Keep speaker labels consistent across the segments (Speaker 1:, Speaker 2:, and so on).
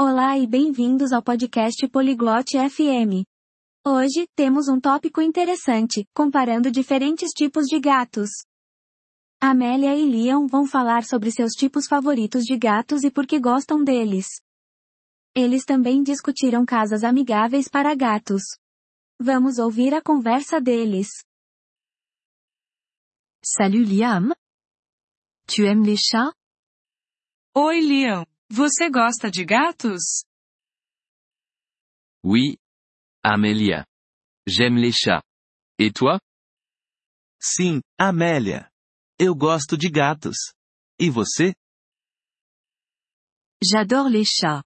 Speaker 1: Olá e bem-vindos ao podcast Poliglote FM. Hoje, temos um tópico interessante, comparando diferentes tipos de gatos. Amélia e Leon vão falar sobre seus tipos favoritos de gatos e por que gostam deles. Eles também discutiram casas amigáveis para gatos. Vamos ouvir a conversa deles.
Speaker 2: Salut Liam. Tu aimes les chats?
Speaker 3: Oi, Liam. Você gosta de gatos?
Speaker 4: Oui. Amélia. J'aime les chats. Et toi?
Speaker 5: Sim, Amélia. Eu gosto de gatos. E você?
Speaker 2: J'adore les chats.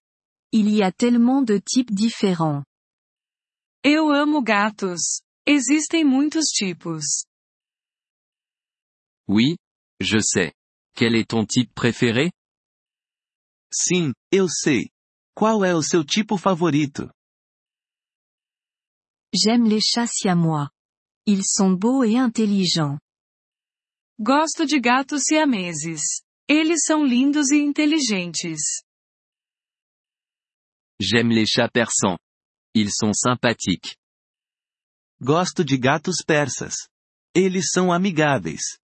Speaker 2: Il y a tellement de types différents.
Speaker 3: Eu amo gatos. Existem muitos tipos.
Speaker 4: Oui. Je sais. Quel est ton type préféré?
Speaker 5: Sim, eu sei. Qual é o seu tipo favorito?
Speaker 2: J'aime les chats siamois. Ils sont beaux et intelligents.
Speaker 3: Gosto de gatos siameses. Eles são lindos e inteligentes.
Speaker 4: J'aime les chats persans. Ils sont sympathiques.
Speaker 5: Gosto de gatos persas. Eles são amigáveis.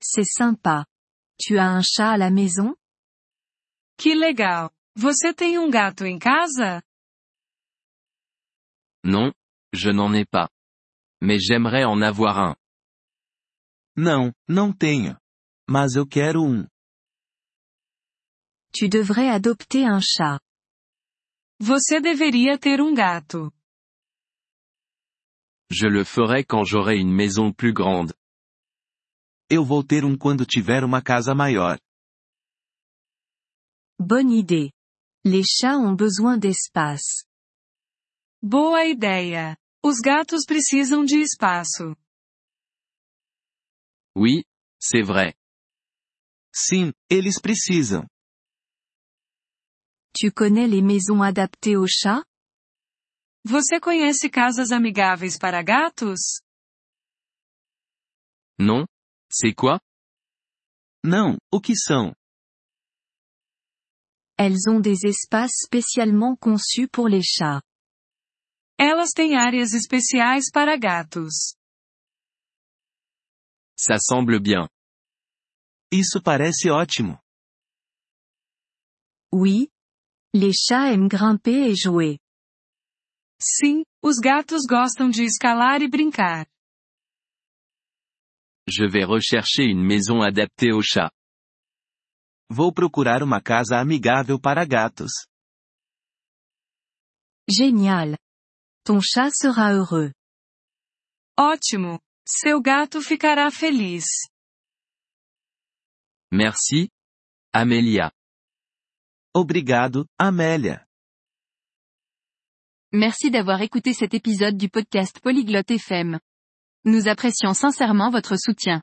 Speaker 2: C'est sympa. Tu as un chat à la maison?
Speaker 3: Que legal! Você tem um gato em casa?
Speaker 4: Non, je n'en ai pas. Mais j'aimerais en avoir un.
Speaker 5: Não, não tenho. Mas eu quero um.
Speaker 2: Tu devrais adopter un chat.
Speaker 3: Você deveria ter um gato.
Speaker 4: Je le ferai quand j'aurai une maison plus grande.
Speaker 5: Eu vou ter um quando tiver uma casa maior.
Speaker 2: Bonne idée. Les chats ont besoin d'espace.
Speaker 3: Boa ideia! Os gatos precisam de espaço.
Speaker 4: Oui, c'est vrai.
Speaker 5: Sim, eles precisam.
Speaker 2: Tu connais les maisons adaptées aux chats?
Speaker 3: Você conhece casas amigáveis para gatos?
Speaker 4: Non? C'est quoi?
Speaker 5: Não, o que são?
Speaker 2: Elles ont des espaces spécialement conçus pour les chats.
Speaker 3: Elas têm áreas especiais para gatos.
Speaker 4: Ça semble bien.
Speaker 5: Isso parece ótimo.
Speaker 2: Oui. Les chats aiment grimper et jouer.
Speaker 3: Sim, os gatos gostam de escalar e brincar.
Speaker 4: Je vais rechercher une maison adaptée aux chats.
Speaker 5: Vou procurar uma casa amigável para gatos.
Speaker 2: Génial. Ton chat sera heureux.
Speaker 3: Ótimo! Seu gato ficará feliz.
Speaker 4: Merci. Amélia.
Speaker 5: Obrigado, Amélia.
Speaker 6: Merci d'avoir écouté cet épisode du podcast Polyglotte FM. Nous apprécions sincèrement votre soutien.